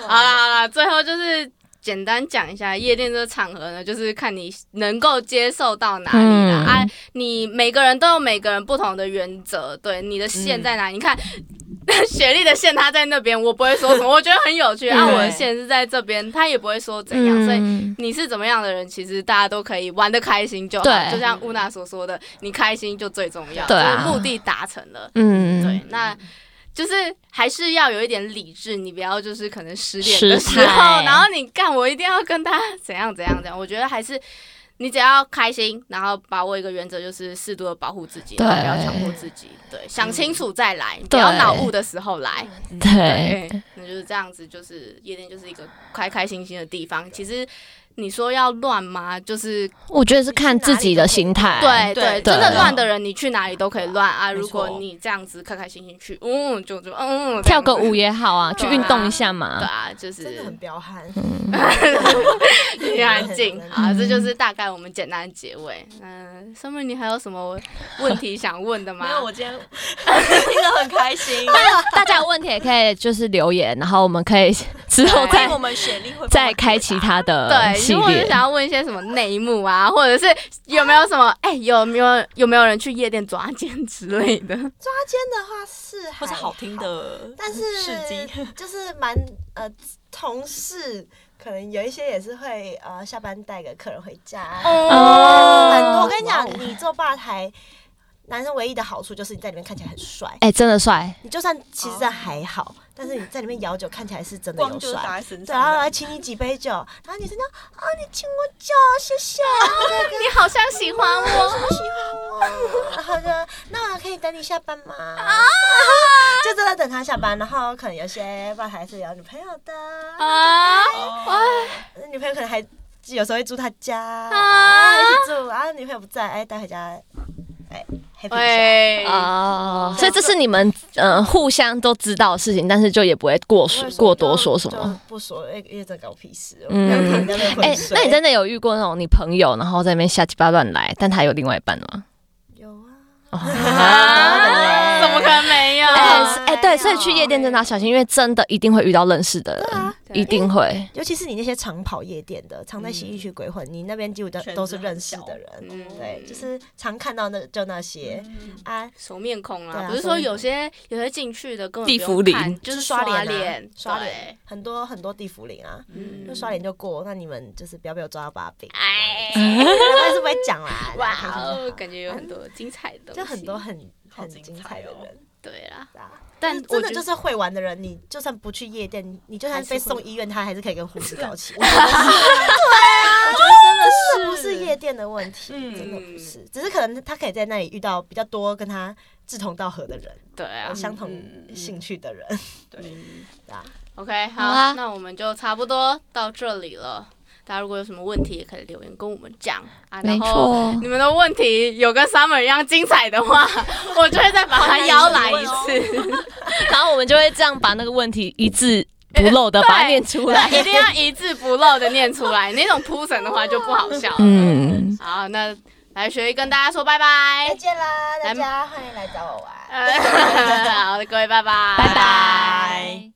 A: 好啦好啦，最后就是简单讲一下夜店这个场合呢，就是看你能够接受到哪里啦。
B: 嗯
A: 啊，你每个人都有每个人不同的原则，对你的线在哪？你看。
B: 嗯
A: 雪莉的线她在那边，我不会说什么，我觉得很有趣。啊，
C: 对
A: 我的线是在这边，她也不会说怎
B: 嗯
A: 样，所以你是怎么样的人，其实大家都可以玩的开心就好。
B: 对
A: 就像乌娜所说的，你开心就最重要，
B: 对
A: 就
B: 啊
A: 是目的达成了。
B: 嗯，
A: 对，那就是还是要有一点理智，你不要就是可能十点
B: 失
A: 的时候，
B: 态
A: 然后你干我一定要跟他怎样怎样怎样。我觉得还是你只要开心，然后把握一个原则，就是适度的保护自己，
B: 对
A: 然后不要强迫自己。对，想清楚再来，不
B: 对
A: 要脑雾的时候来。
B: 对，
A: 对，那就是这样子，就是夜店就是一个开开心心的地方。其实你说要乱吗？就是
B: 我觉得是看自己的心态。
A: 对对，
C: 对
A: 真的
B: 对
A: 乱的人，你去哪里都可以乱啊。
C: 没
A: 如
C: 错
A: 果你这样子开开心心去，嗯，就就嗯，
B: 跳个舞
A: 也
B: 也好啊，去
A: 对啊
B: 运动一下
A: 对
B: 嘛。
A: 啊，就
D: 真的很
A: 是
D: 彪悍，
A: 很安静
D: 真的
A: 啊。这就是大概我们简单的结尾。嗯，Summer，你还有什么问题想问 的吗
C: 没？有，我今天 听得很开心，
B: 大家有问题也可以就是留言，然后我们可以之后
A: 对
B: 再
C: 我们雪莉会帮 我
B: 再开其他 的
A: 对，
B: 呃系
A: 如果是
B: 列。
A: 想要问一些什么内幕啊，或者是有没有什么哎、有没有有没有人去夜店抓奸之类的？
D: 抓奸的话是还
C: 或是好听，的，
D: 但是
C: 事迹
D: 就是蛮呃同事。可能有一些也是会呃，下班带个客人回家，
A: 哦
D: 很多。我跟你讲，你做吧台，男生唯一的好处就是你在里面看起来很帅，
B: 哎，真的帅，
D: 你就算其实
A: 哦
D: 这还好，但是你在里面摇酒看起来是真的
C: 光
D: 有
C: 就是打
D: 帅
C: 在。身
D: 对，然后
C: 上
D: 来
C: 的。
D: 请你几杯酒，然后女生就啊，你请我酒，谢谢，
A: 你好像喜欢我，
D: 我喜欢我。 然后就那我可以等你下班吗？ 就真的等他下班，然后可能有些吧台是有女朋友的，
A: 啊
D: 哦女朋友可能还有时候会住他家，
A: 啊
D: 啊，一起住，然后女朋友不在，哎，带回家，哎，happy 一下。
A: 喂，
B: 哦，所以这是你们呃互相都知道的事情，但是就也不会过说
D: 我也
B: 过多说什么。，
D: 就不说，因为这搞屁事。
B: 嗯
D: 嗯，哎
B: 哎、那你真的有遇过那种你朋友，然后在那边瞎鸡巴乱来，但他有另外一半的吗？哦
D: 有啊？
A: 啊怎么可能没有？
B: 哎、
D: 啊
B: 哎、对，所以去夜店真的要小心，因为真的一定会遇到认识的人，一定会。
D: 尤其是你那些常跑夜店的，常在洗衣区鬼混，你那边几乎都
C: 圈子
D: 都是认识的
A: 很
D: 人
A: 小，嗯
D: 对，就是常看到那就那些啊，
A: 熟面孔
D: 对
A: 啦，
D: 啊
A: 不是说有些有些进去的根本
B: 地
A: 不
B: 府
A: 用
B: 里
A: 看，就是刷
D: 刷
A: 脸
D: 脸，，刷
A: 对
D: 脸，，很多很多地府灵啊，就
A: 嗯，
D: 刷脸就过。那你们就是不要被我抓到把柄，
A: 哎，
D: 但是不会讲啦，
A: 哇
D: 开心就好
A: 哦，感觉有很多精彩的东西，
D: 就很多很
C: 好
D: 很
C: 精
D: 精
C: 彩
D: 彩的
C: 哦
D: 人，
A: 对啦，
D: 对啊。
A: 但
D: 就是
A: 我
D: 真的
A: 觉
D: 就
A: 得
D: 是会玩的人，你就算不去夜店，你就算被送医院，他还是可以跟护士搞起来。真的不是夜店的问题，
C: 嗯
D: 真的不是，只是可能他可以在那里遇到比较多跟他志同道合的人，
A: 对啊
D: 有。相同
C: 嗯嗯
D: 兴趣的人，对啊
A: OK，好，
B: 好啊
A: 那我们就差不多到这里了。大家如果有什么问题，也可以留言跟我们讲啊。然
B: 没
A: 后
B: 错，
A: 你们的问题有跟 Summer 一样精彩的话， 我就会再把它邀来一 次。
B: 然后我们就会这样把那个问题一字不漏的把它念出
D: 哦
B: 来。
A: 对一定要一字不漏的念出来。那种铺陈的话就不好笑了。
B: 嗯，
A: 好，那来学一跟大家说拜拜
D: 再。见啦，大
A: 哎来
D: 家欢迎来找我玩。
A: 呃好，各位拜拜，
B: 拜拜。